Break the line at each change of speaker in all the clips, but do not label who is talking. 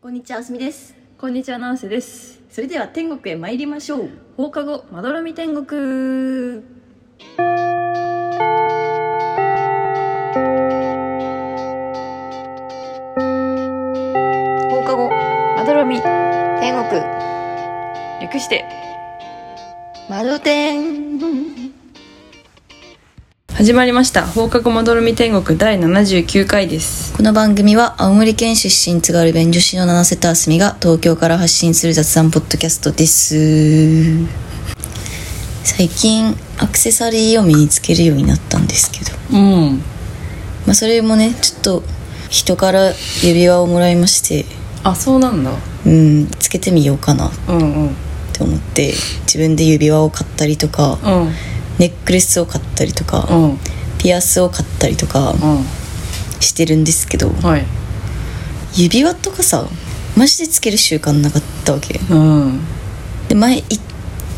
こんにちは、あすみです。
こんにちは、ナンセです。
それでは天国へ参りましょう。
放課後、まどろみ天国。
放課後まどろみ天国
略して。
まど天
始まりました。放課後まどろみ天国第79回です。
この番組は青森県出身津軽弁女子の七瀬とあすみが東京から発信する雑談ポッドキャストです最近アクセサリーを身につけるようになったんですけど、
うん。
まあ、それもねちょっと人から指輪をもらいまして
あ、そうなんだ。
うんつけてみようかなっ
うんうん。
て思って自分で指輪を買ったりとか
うん。
ネックレスを買ったりとか、
うん。
ピアスを買ったりとか
う
してるんですけど
ん。はい。
指輪とかさマジでつける習慣なかったわけ
うん。う
で前一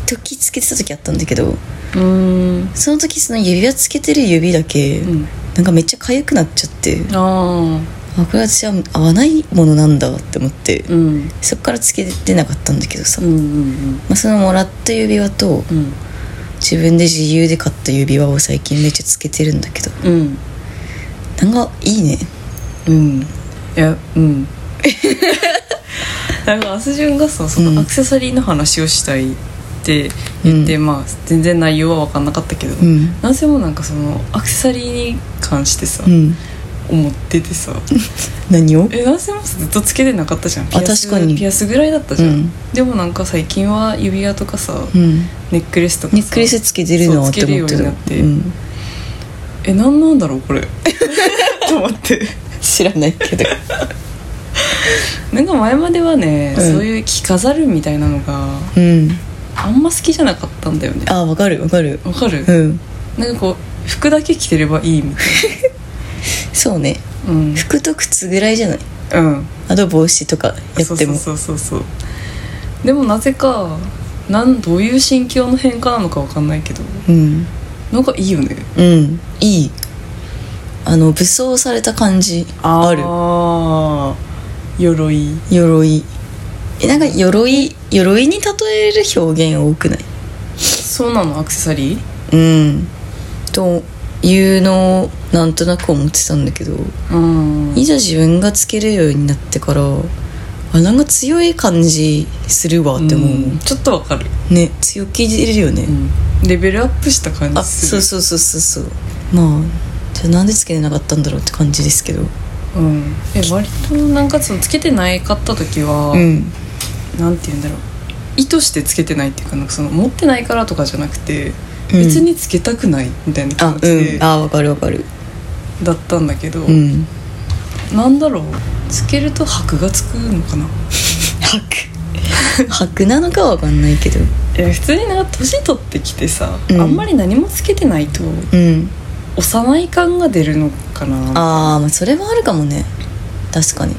時つけてた時あったんだけど
ーん。
その時その指輪つけてる指だけ、
うん。
なんかめっちゃ痒くなっちゃって
あ
あこれ私は合わないものなんだって思って、
あ。うん。
そっからつけてなかったんだけどさ、
うんうん
まあ、そのもらった指輪と
うん。うん。
自分で自由で買った指輪を最近めっちゃつけてるんだけど
うん。
なんかいいね
うん。いや、 うん。なんか、アスジュンがさ、そ
うん
のアクセサリーの話をしたいって言って、まあ、全然内容は分かんなかったけど、
うん
男性もなんかそのアクセサリーに関してさ、
うん
思っててさ
何を
え男性もさずっとつけてなかったじゃんピアス
確かに
ピアスぐらいだったじゃん、
うん
でもなんか最近は指輪とかさ
うん
ネックレスとかさ
ネックレスつけてるなって思って
そうつけるように
た
なって
うん
え何なんだろうこれ と思って
知らないけど
なんか前まではね、
うん
そういう着飾るみたいなのが
うん
あんま好きじゃなかったんだよね
あわかるわかる
わかる、
うん
なんかこう服だけ着てればいいみたい
そうね
なうん
服と靴ぐらいじゃない
うん
あと帽子とかやっても
そうそうそうそうそうでもなぜかなんどういう心境の変化なのかわかんないけど
うん
なんかいいよね
うんいいあの武装された感じある
あー鎧
鎧えなんか鎧鎧に例える表現多くない
そうなのアクセサリー
うんというのをなんとなく思ってたんだけど
うん
いざ自分がつけるようになってからあなんか強い感じするわって思う、
んちょっとわかる、
ね強気出るよね、
レベルアップした感じ
あ
す
そ
る
うそうそうそうそうまあじゃあなんでつけてなかったんだろうって感じですけど
うん、え割となんかそのつけてないかった時は、
うん
なんて言うんだろう意図してつけてないっていうかなんかその持ってないからとかじゃなくて、
うん
別につけたくないみたいな
あ
感じ
う
で、
んあわかるわかる
だったんだけど、
うん
なんだろうつけると箔がつくのかな
白 白なのかはわかんないけど
いや普通になんか年取ってきてさ、
うん
あんまり何もつけてないと
うん
幼い感が出るのかな
あー、まあそれはあるかもね確かに、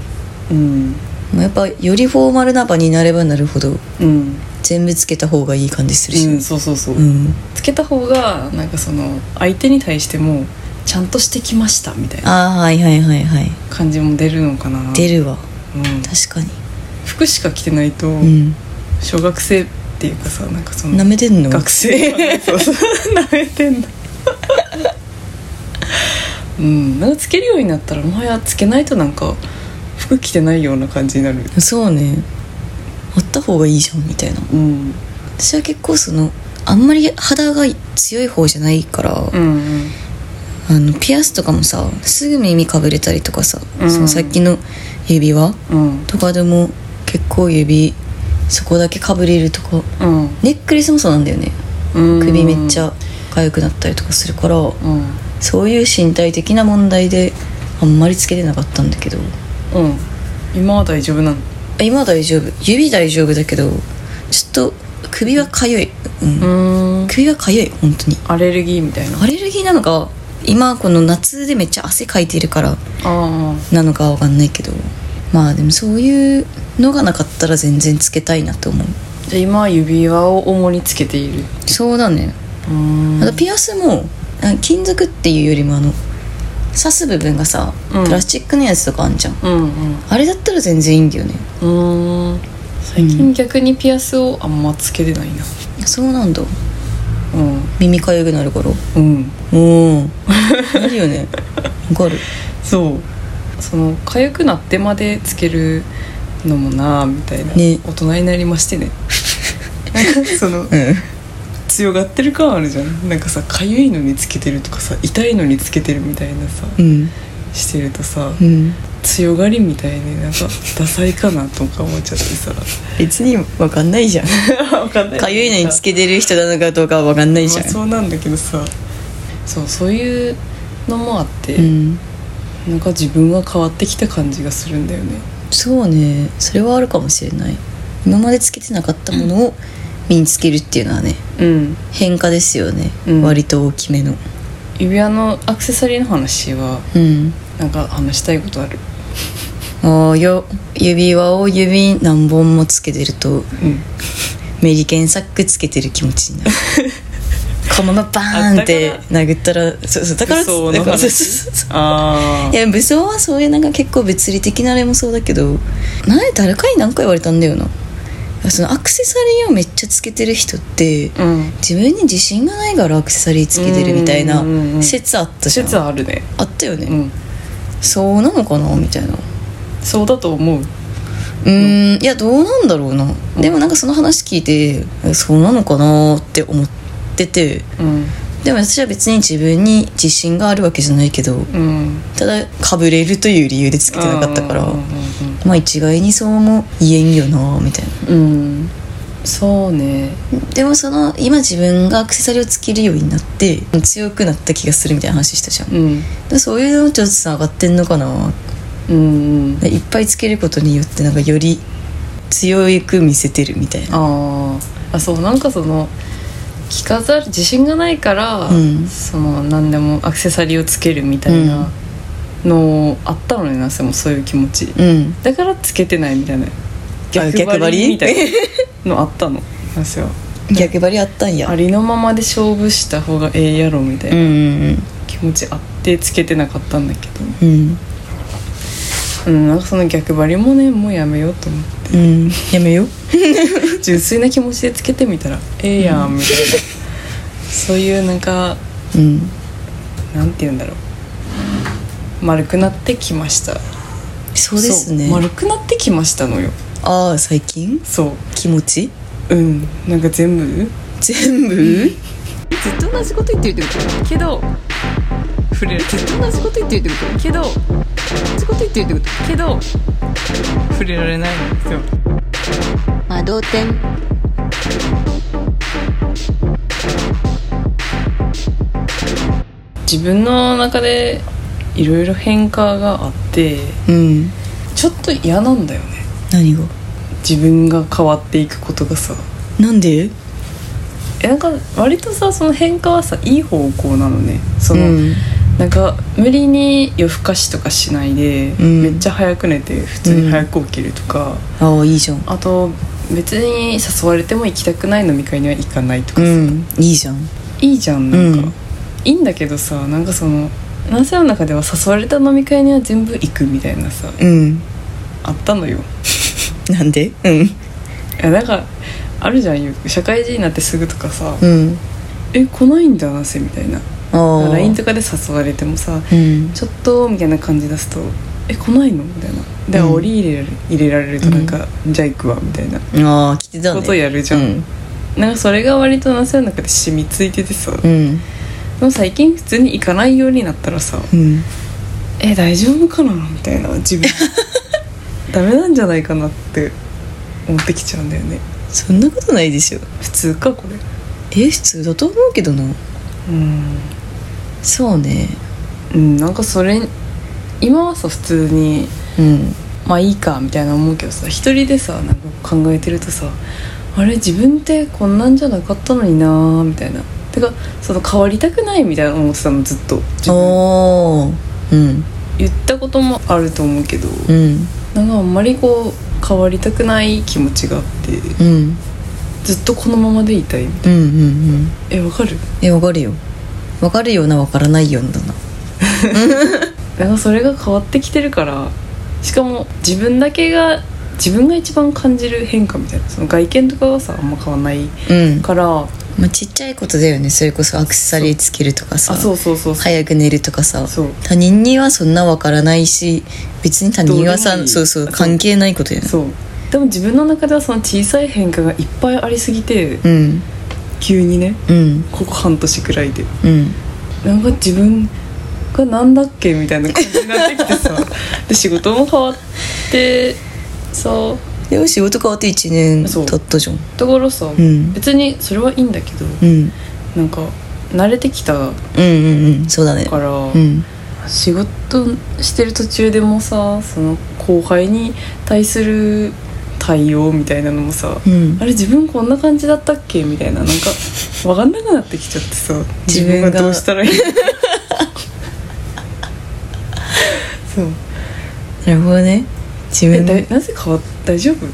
うん
まあ、やっぱよりフォーマルな場になればなるほど
うん、
全部つけた方がいい感じする
う
し
ん、そうそうそう、
うん
つけた方がなんかその相手に対してもちゃんとしてきましたみたいな
ああはいはいはいはい
感じも出るのかな
出るわ
うん、
確かに
服しか着てないと
うん
小学生っていうかさなんかそ
な
の
めてんの
学生そうそうなめてんだうんなんかつけるようになったらもはやつけないとなんか服着てないような感じになる
そうねあった方がいいじゃんみたいな
うん
私は結構そのあんまり肌が強い方じゃないから、
うん
あのピアスとかもさすぐ耳かぶれたりとかさ、
うん
そのさっきの指輪
うん
とかでも結構指そこだけかぶれるとか
うん
ネックレスもそうなんだよね
うん
首めっちゃ痒くなったりとかするから
うん
そういう身体的な問題であんまりつけてなかったんだけど
うん今は大丈夫なの
あ今は大丈夫指大丈夫だけどちょっと首はかゆい、うん
うん
首はかゆい本当に
アレルギーみたいな
アレルギーなのか今この夏でめっちゃ汗かいてるから
あ
なのかわかんないけどまあでもそういうのがなかったら全然つけたいなと思う
あじゃあ今は指輪を主につけている
そうだね
うん
あとピアスもあ金属っていうよりもあの刺す部分がさ、
うん
プラスチックのやつとかあんじゃん
うん
あれだったら全然いいんだよね
うんうーん最近逆にピアスをあんまつけてないな
そうなんだ
うん
耳かゆくなるから
うん
うんなるよねわかる
そうその痒くなってまでつけるのもなあみたいな、
ね
大人になりまして ねなんかそ
う
の
ん
強がってる感あるじゃんなんかさ痒いのにつけてるとかさ痛いのにつけてるみたいなさ
うん
してるとさ
うん
強がりみたいになんかダサいかなとか思っちゃってさ
別にわかんないじゃん
わかんな
かゆいのにつ
け
けてる人なのかどうかはわかんないじゃん、
そうなんだけどさそうそういうのもあって、
うん
なんか自分が変わってきた感じがするんだよね
そうねそれはあるかもしれない今までつけてなかったものを身につけるっていうのはね
うん
変化ですよね、
うん
割と大きめの
指輪のアクセサリーの話は
うん
なんか話したいことある
ああよ指輪を指何本もつけてると
うん
メリケンサックつけてる気持ちになるこのままバーンって殴ったらそうそうだから
武装の
だからそう
話
そうそう
あ
いや武装はそういうなんか結構物理的なあれもそうだけど前誰かに何か言われたんだよなそのアクセサリーをめっちゃつけてる人って
あうん
自分に自信がないからアクセサリーつけてるみたいな
うんうんうんうん
説あったじゃん
説はあるね
あったよね、
うん
そうなのかなみたいな
そうだと思
う
う
ーんいやどうなんだろうな、でもなんかその話聞いてそうなのかなって思ってて
うん
でも私は別に自分に自信があるわけじゃないけど
うん
ただかぶれるという理由でつけてなかったから、
うん
まあ一概にそうも言えんよなみたいな
うんうんうん、うんそうね
でもその今自分がアクセサリーをつけるようになって強くなった気がするみたいな話したじゃん
うん
でそういうのちょっとつながってんのかな
うんうん
でいっぱいつけることによってなんかより強く見せてるみたいな
あーあそうなんかその着飾る自信がないから、
うん
その何でもアクセサリーをつけるみたいなのあったのにな、それもそういう気持ち
うん
だからつけてないみたいな
あ
逆
逆
張
張
り
り
みたいなのあったのなんですよ
逆張りあったんや
ありのままで勝負した方がええやろみたい
うん
な
うん
気持ちあってつけてなかったんだけど、
うん
うん、なんかその逆張りもねもうやめようと思って
うんやめよう
純粋な気持ちでつけてみたらええやんみたいな、そういうなんか
うん
なんて言うんだろう丸くなってきました
そうですね
そう丸くなってきましたのよ
ああ最近
そ
気持ち
ううんなんか全部
全部
ずっと同じこと言ってるってことけど
触れる
ずっと同じこと言ってるってことけど同じこと言ってるってことけど
触れられないんですよ
窓点
自分の中でいろいろ変化があって
うん
ちょっと嫌なんだよね
何が
自分が変わっていくことがさ
なんで
えなんか割とさその変化はさいい方向なのねその、
うん
なんか無理に夜更かしとかしないで、
うん
めっちゃ早く寝て普通に早く起きるとか、
ああいいじゃん
あと別に誘われても行きたくない飲み会には行かないとか
う
さ、
んいいじゃん
いいじゃんなんか、
うん
いいんだけどさなんかその男性の中では誘われた飲み会には全部行くみたいなさ
うん
あったのよ
なんでうん
いやなんかあるじゃんよく社会人になってすぐとかさ「
うん
え来ないんだなせ」みたいな
ああ
LINE とかで誘われてもさ
うん
ちょっとみたいな感じ出すと「え来ないの?」みたいなで、
うん
折り入れられ入れられるとなんか「じゃあ行くわ」みたいな
ああ来てたね
ことやるじゃん、
うん
なんかそれが割と男性の中で染みついててさ、
う
で
ん
も最近普通に行かないようになったらさ
うん
「え大丈夫かな?」みたいな自 分ダメなんじゃないかなって思ってきちゃうんだよね
そんなことないでしょ
普通かこれ
え普通だと思うけどな
うん、
そうね
うん、なんかそれ今はさ普通に
うん
まあいいかみたいな思うけどさ一人でさなんか考えてるとさあれ自分ってこんなんじゃなかったのになーみたいなてかその変わりたくないみたいな思ってたのずっと自分
ああうん
言ったこともあると思うけど
うん
なんかあんまりこう変わりたくない気持ちがあって
うん
ずっとこのままでいたい
うんうんうん
えわかる
えわかるよわかるようなわからないようなだな
なんかそれが変わってきてるからしかも自分だけが自分が一番感じる変化みたいなその外見とかはさあんま変わんない
うん、
から、
まあ、ちっちゃいことだよねそれこそアクセサリーつけるとかさ
あそうそうそうそう、
早く寝るとかさ
そう
他人にはそんなわからないし別に他人は
どうでも
さ
いい
そうそう
そう
関係ないことよね
そうでも自分の中ではその小さい変化がいっぱいありすぎて
うん
急にね
うん
ここ半年くらいで
うん
なんか自分がなんだっけみたいな感じになってき てさで仕事も変わってさ
でも仕事変わって1年
そう
経ったじゃん
だからさ、
うん
別にそれはいいんだけど
うん
なんか慣れてきた
うんうんうんそうだね
から、
うん
仕事してる途中でもさその後輩に対する対応みたいなのもさ、
うん
あれ自分こんな感じだったっけみたいな なんか分かんなくなってきちゃってさ
自分が
どうしたらいいのそう
なるほどね自
え
分
だ
で
なぜ変わっ大丈夫い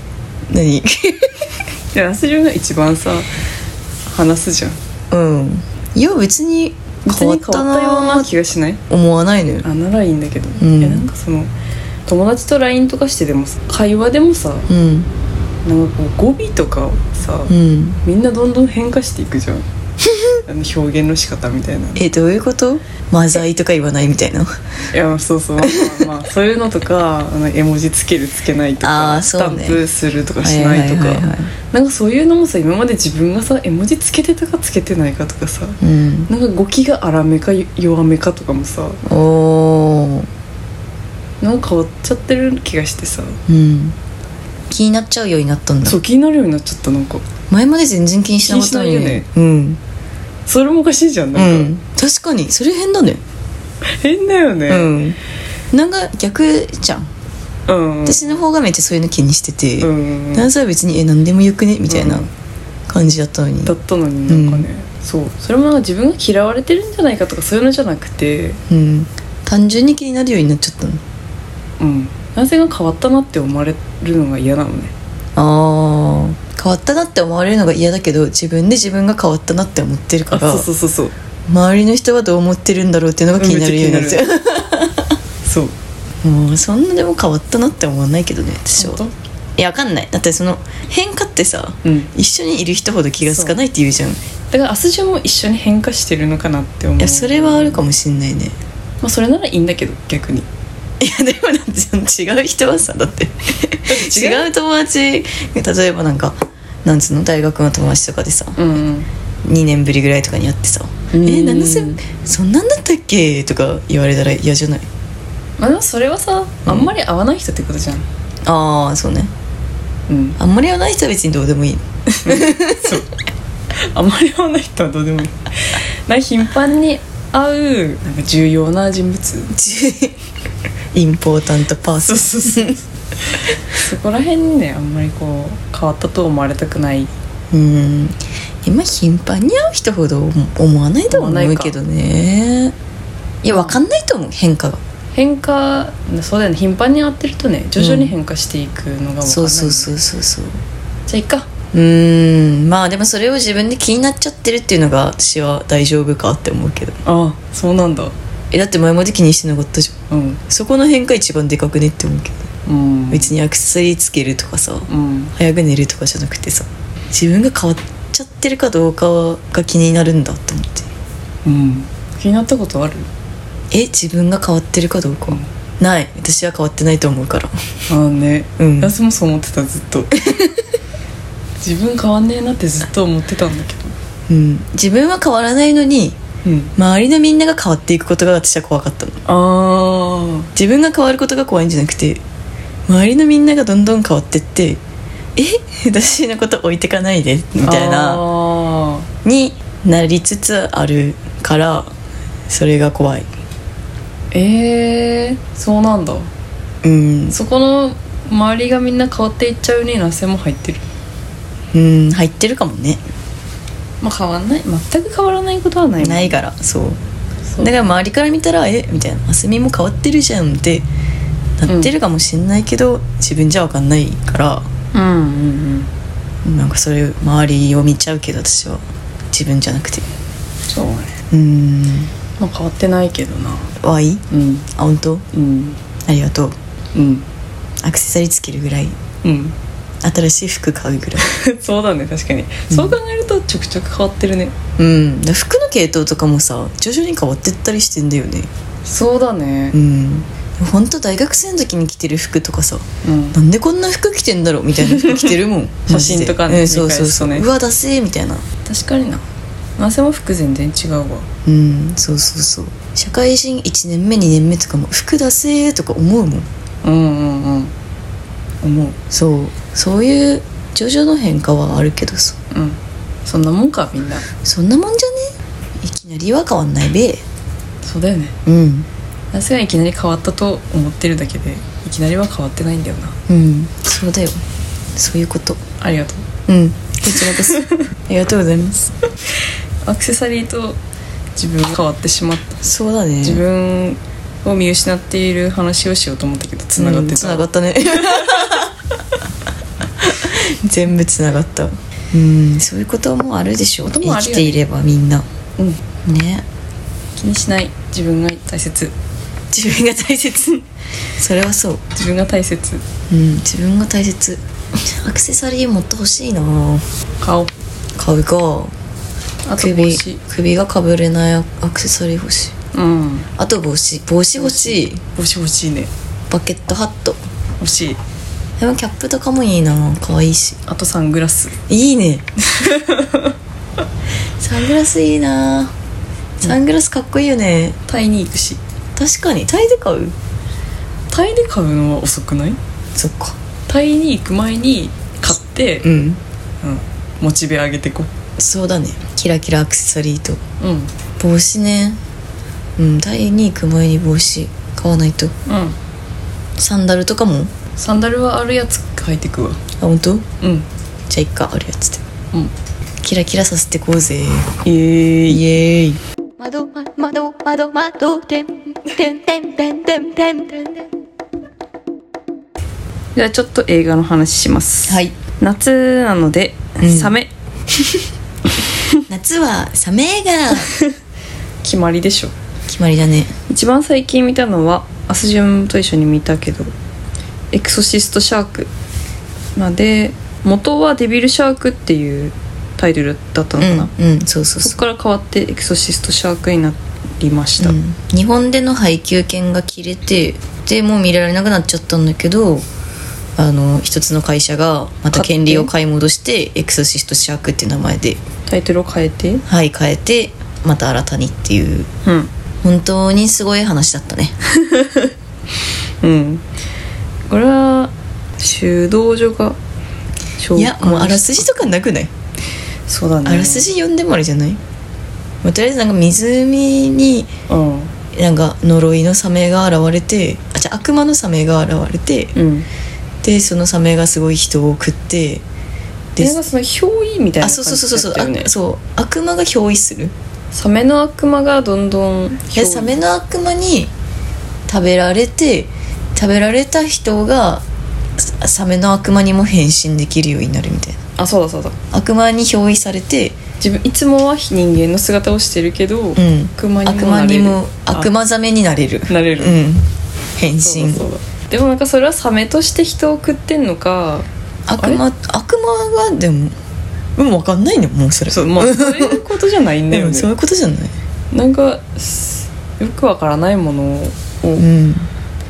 何
やなぜ自分が一番さ話すじゃん
うんいや別に
別
変わっ
に
た
変わったよう
な
な
ー
気がしない
思わないのよ
あならいいんだけど、
うん
いやなんかその友達と LINE とかしてでもさ会話でもさ
うん
なんかこう語尾とかをさ、
うん
みんなどんどん変化していくじゃん あの表現の仕方みたいな
えどういうことマザイとか言わないみたいない
やそうそうまあまあ、まあ、そういうのとかあの絵文字つけるつけないと
あ
か、
ー
ス
そ
タ
う
ン
ね
プするとかしないと
はいはいはいは
か
い
なんかそういうのもさ今まで自分がさ絵文字つけてたかつけてないかとかさ
うん
なんか語気が荒めか弱めかとかもさ
おー
なんか変わっちゃってる気がしてさ
うん気になっちゃうようになったんだ
そう気になるようになっちゃったなんか
前まで全然気にしなかったのに
気にしないよね
うん、
それもおかしいじゃん
う
なんか、
ん、確かにそれ変だね
変だよね
うんなんか逆じゃん
うん
私の方がめっちゃそういうの気にしてて、
うん
男性は別に「え何でもよくね」みたいな
うん
感じだったのに、
だったのになんかね、そうそれもなんか自分が嫌われてるんじゃないかとかそういうのじゃなくて
うん、単純に気になるようになっちゃったの
うん男性が変わったなって思われるのが嫌なのね
あー変わったなって思われるのが嫌だけど自分で自分が変わったなって思ってるか
あ
ら
そうそうそうそう
周りの人はどう思ってるんだろうっていうのが気になるようになっちゃう
そ う
もうそんなでも変わったなって思わないけどね私は
本
いやわかんないだってその変化ってさ、
うん
一緒にいる人ほど気がつかないって言うじゃんい
だからアスジャも一緒に変化してるのかなって思うい
やそれはあるかもしんないね
まあそれならいいんだけど逆に
いやでもだってその違う人はさだって
違う
違う友達例えばなんかなんつうの大学の友達とかでさ
うん
2年ぶりぐらいとかに会ってさ「え
うん
ー、七瀬そんなんだったっけ?」とか言われたら嫌じゃない
まあでもそれはさあんまり合わない人ってことじゃん
ああそうね
うん
あんまりはない人は別にどうで もいい
あんまり合わない人はどうでもいい なんか頻繁に会うなんか重要な人物
インポータントパー
そ
ソ
う
ン
そうそうそこら辺にねあんまりこう変わったと思われたくない
うん今頻繁に会う人ほど思わないとは思うけどねいやわかんないと思う変化が
変化そうだよね頻繁に会ってるとね徐々に変化していくのが分かんない、
そうそうそうそうそう
じゃあいっか
うーんまあでもそれを自分で気になっちゃってるっていうのが私は大丈夫かって思うけど
ああそうなんだ
えだって前まで気にしてなかったじゃ
うん
んそこの変化一番でかくねって思うけど
うん
別にアクセサリーつけるとかさ
うん
早く寝るとかじゃなくてさ自分が変わっちゃってるかどうかが気になるんだと思って
うん気になったことある
え自分が変わってるかどうかない私は変わってないと思うから
ああね、
うん
私もそう思ってたずっと 自分変わんねえなってずっと思ってたんだけ
うん自分は変わらないのに
どうん
周りのみんなが変わっていくことが私は怖かったの
あ
自分が変わることが怖いんじゃなくて周りのみんながどんどん変わってってえ私のこと置いてかないでみ
あ
たいな
あー
になりつつあるからそれが怖い
ええそうなんだ
うん
そこの周りがみんな変わっていっちゃうねなせも入ってる
うん入ってるかもね
まあ変わんない全く変わらないことはないもん
ないからそう
そう
だから周りから見たら「えみたいな「あすみも変わってるじゃん」ってなってるかもしんないけど、自分じゃわかんないから
うんうんうん
なんかそれ周りを見ちゃうけど私は自分じゃなくて
そうね
うん
まあ変わってないけどな
わいい
うん
あ本当
うん
ありがとう
うん
アクセサリーつけるぐらい
うん
新しい服買うぐらい
そうだね確かに、そう考えるとちょくちょく変わってるね
うんだから服の系統とかもさ徐々に変わってったりしてんだよね
そうだね
うん本当大学生の時に着てる服とかさ
うん
なんでこんな服着てんだろうみたいな服着てるも ん
写真とかね
マジでうん、そうそうそう
見返すとね
うわダセーみたいな
確かにな汗も服全然違うわ
うんそうそうそう社会人1年目2年目とかも服ダセーとか思うもん
うんうんうん思う
そうそういう徐々の変化はあるけどさ
うんそんなもんかみんな
そんなもんじゃねいきなりは変わんないべ
そうだよね
うん
私がいきなり変わったと思ってるだけでいきなりは変わってないんだよな
うんそうだよそういうこと
ありがとう
うんこちらです ありがとうございます
アクセサリーと自分が変わってしまった
そうだね
自分を見失っている話をしようと思ったけどつながって
つ
た、
ながった ね全部つながったうんそういうこともあるでしょう、
こともあ
生
るよね
きていればみんな
うん
ね
気にしない自分が大切
自分が大切それはそう、
自分が大切
うん、自分が大切アクセサリー持ってほしいな
顔
買うか
あと帽
首
子
首がかぶれないアクセサリー欲しい
うん
あと帽子帽子欲しい
帽子欲しいね
バケットハット
欲しい
でもキャップとかもいいな可愛いし
あとサングラス
いいね サングラスいいなサングラスかっこいいよね
タイに行くし
確かにタイで買う
タイで買うのは遅くない
そっか
タイに行く前に買って、うん
ん
モチベ上げてこ
そうだねキラキラアクセサリーと
ううんうん
帽子ねうんタイに行く前に帽子買わないとサンダルとかも
サンダルはあるやつ履いてくわ
あ本当？
うん
じゃあ一回あるやつで
うん
キラキラさせてこうぜ
ええ
イエーイ
窓ま窓窓窓てんてんてんてんてんてんてんてん
じゃあちょっと映画の話します、
はい
夏なので、
うん
サメ
夏はサメ映画
決まりでしょ
決まりだね
一番最近見たのはアスジュンと一緒に見たけど「エクソシスト・シャーク」まで元は「デビル・シャーク」っていうタイトルだったのかな、
うんうんそうそうそう
そこから変わって「エクソシスト・シャーク」になりました、
うん日本での配給権が切れてでもう見られなくなっちゃったんだけどあの一つの会社がまた権利を買い戻して「エクソシスト・シャーク」っていう名前で、
タイトルを変えて
はい、変えてまた新たにっていう
うん
本当にすごい話だったね
うんこれは修道所が召喚
いやもうあらすじとかなくない、
そうだね
あらすじ読んでもあれじゃない、まあ、とりあえずなんか湖に
うん
なんか呪いのサメが現れてあじゃあ悪魔のサメが現れて
うん
でそのサメがすごい人を食ってで
でなんかその憑依みたいな
あそ
感
うそう
じ
そう
だ
そう
ったよね
あそう悪魔が憑依する
サメの悪魔がどんどん憑
で
依
サメの悪魔に食べられて食べられた人がササメの悪魔にも変身できるようになるみたいな
あそうだそうだ
悪魔に憑依されて、
自分いつもは人間の姿をしてるけど、
うん、
悪魔に
悪
もな
魔
れ
に
る
も悪魔ザメになれる
あなれ
う
る、
ん変
そうだ
身
そうだでもなんかそれはサメとして人を食ってんのか
悪魔悪魔がでもうん分かんないねもうそれ
そうまあそういうことじゃないんだ
で
よ
も
ね
そういうことじゃない
なんかすよくわからないものを
うん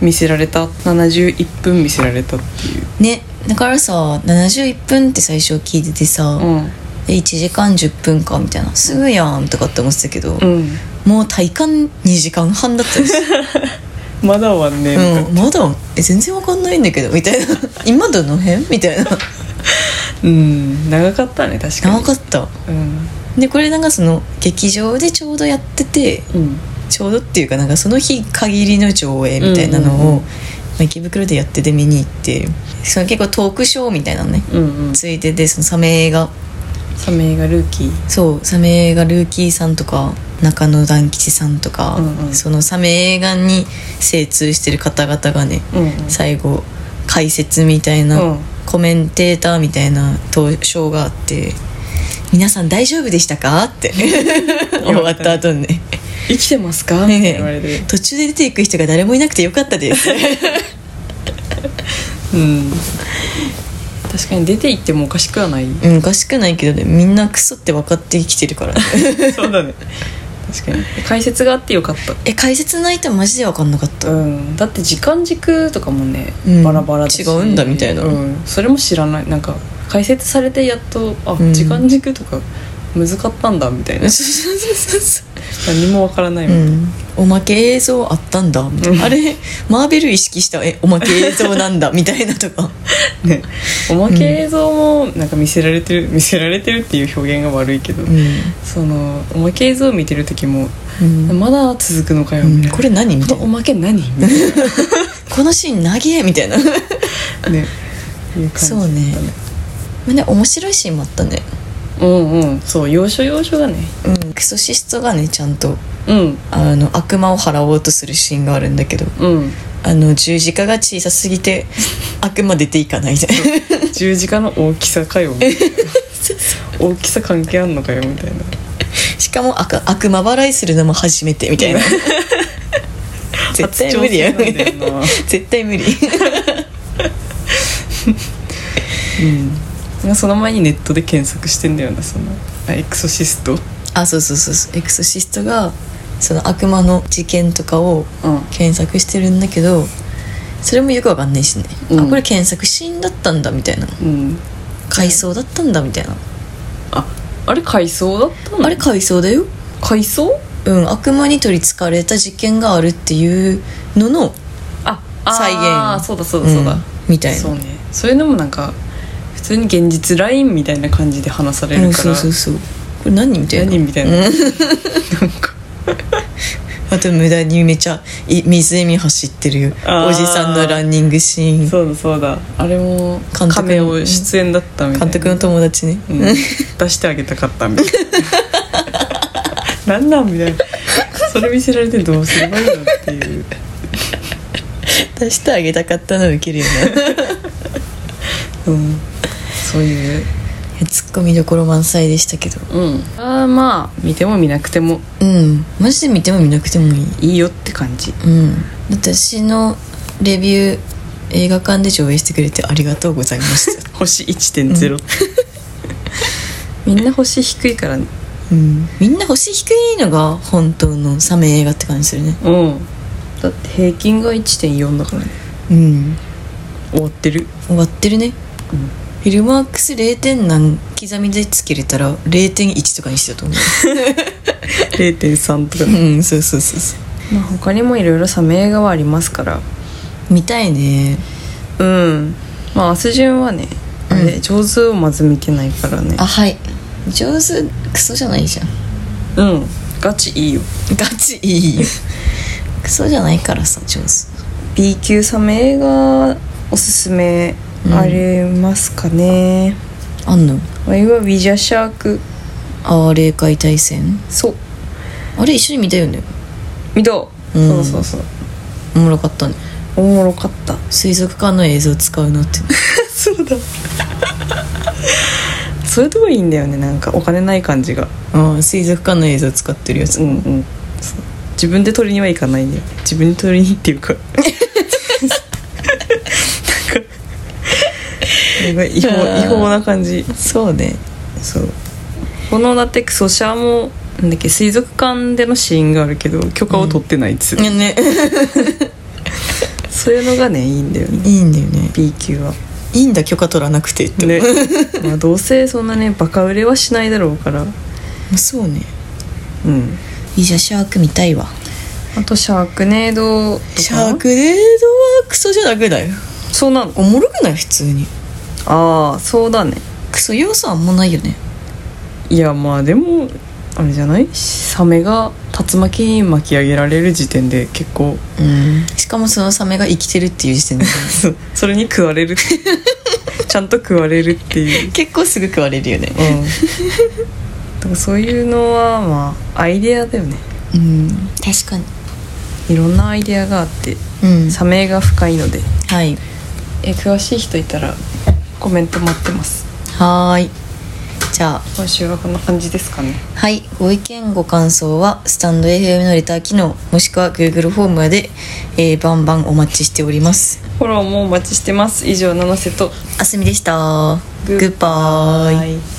見せられた71分見せられたっていう
ねだからさ71分って最初聞いててさ、
うん
で1時間10分かみたいなすぐやんとかって思ってたけど、
うん
もう体感2時間半だったし、
まだはね、なん
う
か
ん、まだえ全然わかんないんだけどみたいな 今どの辺みたいな
うん長かったね確かに
長かった
うん
でこれなんかその劇場でちょうどやってて
うん
ちょうどっていうかなんかその日限りの上映みたいなのを、
うんうんうん
まあ池袋でやってて見に行ってその結構トークショーみたいなのね
うんうん
ついてでそのサメ映画
サメがルーキー
そうサメ映画ルーキーさんとか中野団吉さんとか、
うんうん
そのサメ映画に精通してる方々がね、
うんうん
最後解説みたいな、
うん
コメンテーターみたいな投票があ って「皆さん大丈夫でしたか?」って終わった後にね
生きてますか?」って
ねえ
言われて、
途中で出ていく人が誰もいなくてよかったです うん
確かに出て行ってもおかしくはない
うんおかしくないけどねみんなクソって分かって生きてるからね
そうだね確かに解説があってよかった
え解説ないとマジで分かんなか った
うん、だって時間軸とかもね、
うん
バラバラだし
違うんだみたいな
うんそれも知らないなんか解説されてやっとあ、
うん
時間軸とか難かったんだみたいな
そうそうそうそう
何もわからない、
うん、おまけ映像あったんだみたいな、あれマーベル意識したえおまけ映像なん だみたいなとか
ね、おまけ映像もなんか見せられてる見せられてるっていう表現が悪いけど、
う
そのおまけ映像を見てる時も、
ん、
まだ続くのかよ
う
み
ん、
たいな、
これ何み
こ
たい
のお
な
まけ何みたい
このシーン長えみたいな
な ねいう感じだった
そうまあね面白いシーンもあったね
うんうんそう要所要所がね
うんクソシストがねちゃんと
うん
あの悪魔を払おうとするシーンがあるんだけど
うん
あの十字架が小さすぎ て悪魔出ていかないで
十字架の大きさかよみたいな 大きさ関係あんのかよみたいな
しかも悪悪魔払いするのも初めてみた いな絶対無理や
初挑戦なんだよな
絶対無理
うんその前にネットで検索してんだよなそのあエクソシスト
あそうそうそうそうエクソシストがその悪魔の事件とかを
うん
検索してるんだけどそれもよくわかんないしね、
うん
あこれ検索シーンだったんだみたいな
うん
回想だったんだみたいな、
ああれ回想だったの
あれ回想だよ
回想
うん悪魔に取りつかれた事件があるっていうのの
あ
再現
あーそうだそうだそうだ、
んみたいな
そうねそういうのもなんか普通に現実ラインみたいな感じで話され
う
る
ん
から、
そうそうそうこれ何みたいな
何みたいな、なんか
あと無駄にめちゃい湖走ってる
あー
おじさんのランニングシーン
そうだそうだあれ
監
も
督の
亀を出演だったみたいな
監督の友達ね、
うん出してあげたかったみたいななんなんみたいなそれ見せられてどうすればいいのっていう
出してあげたかったのウケるよね
うんそういう
ツッコミどころ満載でしたけど
うんあーまあ見ても見なくても
うんマジで見ても見なくてもいい
いいよって感じ
うん私のレビュー映画館で上映してくれてありがとうございました
星1.0、みんな星低いからね
うんみんな星低いのが本当のサメ映画って感じするね
うんだって平均が1.4だからね
うん
終わってる
終わってるね、
うん
フィルマークス0点なん刻みでつけれたら0.1とかにしてたと思
0.3とか
う
ね
うんそうそうそうそ
まあ他にもいろいろサメ映画はありますから
う見たいね
うんまあ明日順はねあれ、
うん
上手をまず見てないからね
あはい上手クソじゃないじゃん
うんガチいいよ
ガチいいよ クソじゃないからさ上手
B 級サメ映画おすすめ
うん
ありますかね、
あんの
あれはウィジャーシャーク
ああ霊界対戦
そう
あれ一緒に見たよね
見た、
うん
そうそうそう
おもろかったね
おもろかった
水族館の映像使うのって
そうだそういうとこいいんだよねなんかお金ない感じが
ああ水族館の映像使ってるやつ
うんうんそう自分で取りにはいかないんだよ自分で取りにっていうか
あ
なんかなんか違法
ー
違法な感じ
そうね
そうこのだってクソシャもなんだっけ水族館でのシーンがあるけど許可を取ってないっつ、う
ねね
そういうのがねいいんだよね
いいんだよね
B 級はい
いんだ許可取らなくてって、
ね まあどうせそんなねバカ売れはしないだろうから
そうね
うん
いいじゃんシャーク見たいわ
あとシャークネードとか
シャークレードはクソじゃなくない
そうなの
おもろくない普通に
ああそうだね
クソ要素あんまないよね
いやまあでもあれじゃないサメが竜巻に巻き上げられる時点で結構
うんしかもそのサメが生きてるっていう時 点で
それに食われ るちゃんと食われるっていう
結構すぐ食われるよね
うんだからそういうのはまあアイデアだよね
うん確かに
いろんなアイデアがあって
うん
サメが深いので
はい
え詳しい人いたらコメント待ってます
はーい。じゃあ
今週はこんな感じですかね
はいご意見ご感想はスタンド FM のレター機能もしくは Google フォームで、えーバンバンお待ちしております
フォローもお待ちしてます以上七瀬と
あすみでした
グ
グ
ッ
ッバイ
イ